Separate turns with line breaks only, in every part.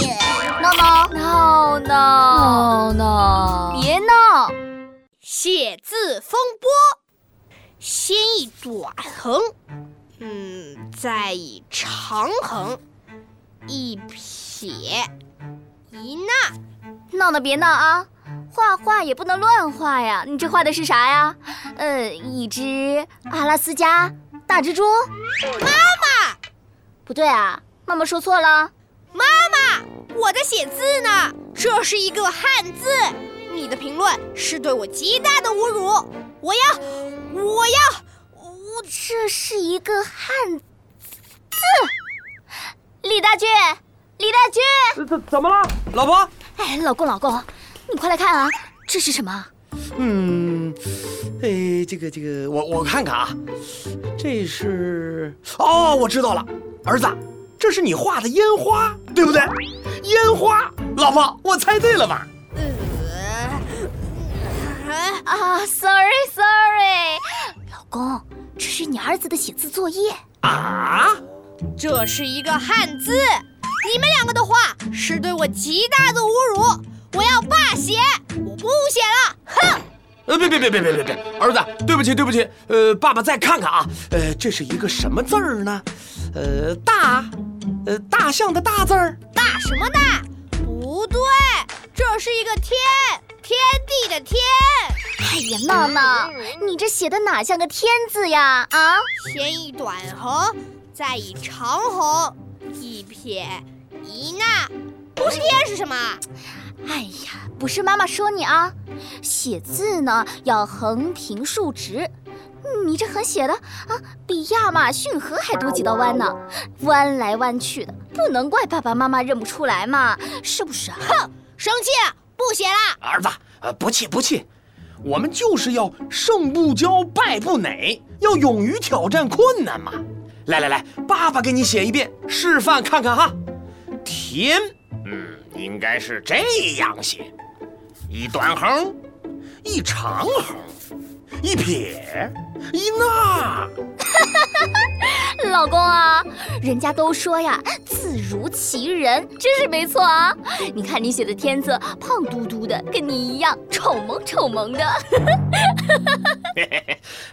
闹闹，
闹闹，
闹闹，
别闹！写字风波，先一短横，嗯，再一长横，一撇，一捺。
闹闹，别闹啊！画画也不能乱画呀，你这画的是啥呀？呃，一只阿拉斯加大蜘蛛。妈妈，不对啊，妈妈说错了。
我在写字呢，这是一个汉字。你的评论是对我极大的侮辱。我要，我要，我
这是一个汉字。李大俊，李大俊，
怎怎怎么了，老婆？
哎，老公，老公，你快来看啊，这是什么？
嗯，哎，这个这个，我我看看啊，这是哦，我知道了，儿子，这是你画的烟花，对不对？烟花，老婆，我猜对了吧？
呃
啊，sorry，sorry，老公，这是你儿子的写字作业。
啊，
这是一个汉字。你们两个的话是对我极大的侮辱。我要罢写，我不写了。哼，
呃，别别别别别别别，儿子，对不起对不起，呃，爸爸再看看啊，呃，这是一个什么字儿呢？呃，大，呃，大象的大字儿，
大什么大？不对，这是一个天，天地的天。
哎呀，闹闹，你这写的哪像个天字呀？啊，
先一短横，再一长横，一撇一捺，不是天是什么？
哎呀，不是妈妈说你啊，写字呢要横平竖直。你这横写的啊，比亚马逊河还多几道弯呢，弯来弯去的，不能怪爸爸妈妈认不出来嘛，是不是啊？
生气了，不写了。
儿子，呃，不气不气，我们就是要胜不骄，败不馁，要勇于挑战困难嘛。来来来，爸爸给你写一遍，示范看看哈。田，嗯，应该是这样写：一短横，一长横，一撇，一捺。
老公啊，人家都说呀，字如其人，真是没错啊。你看你写的天字，胖嘟嘟的，跟你一样丑萌丑萌的。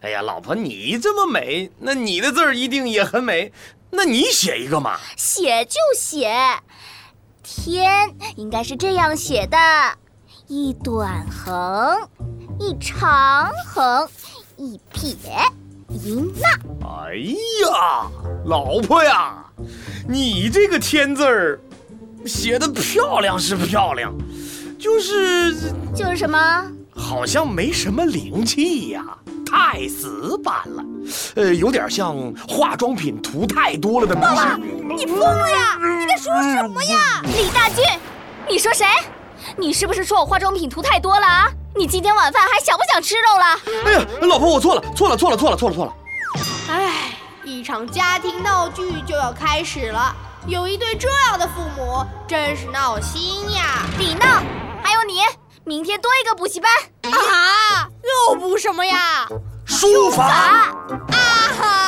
哎呀，老婆，你这么美，那你的字儿一定也很美。那你写一个嘛？
写就写，天应该是这样写的：一短横，一长横，一撇，一捺。
哎呀，老婆呀，你这个“天”字儿写的漂亮是漂亮，就是
就是什么？
好像没什么灵气呀，太死板了，呃，有点像化妆品涂太多了的明星。
你疯了呀！你在说什么呀？
李大俊，你说谁？你是不是说我化妆品涂太多了啊？你今天晚饭还想不想吃肉了？
哎呀，老婆，我错了，错了，错了，错了，错了，错了。
唉，一场家庭闹剧就要开始了。有一对这样的父母，真是闹心呀！
李闹，还有你，明天多一个补习班。
啊哈，又补什么呀？
书法。
啊哈！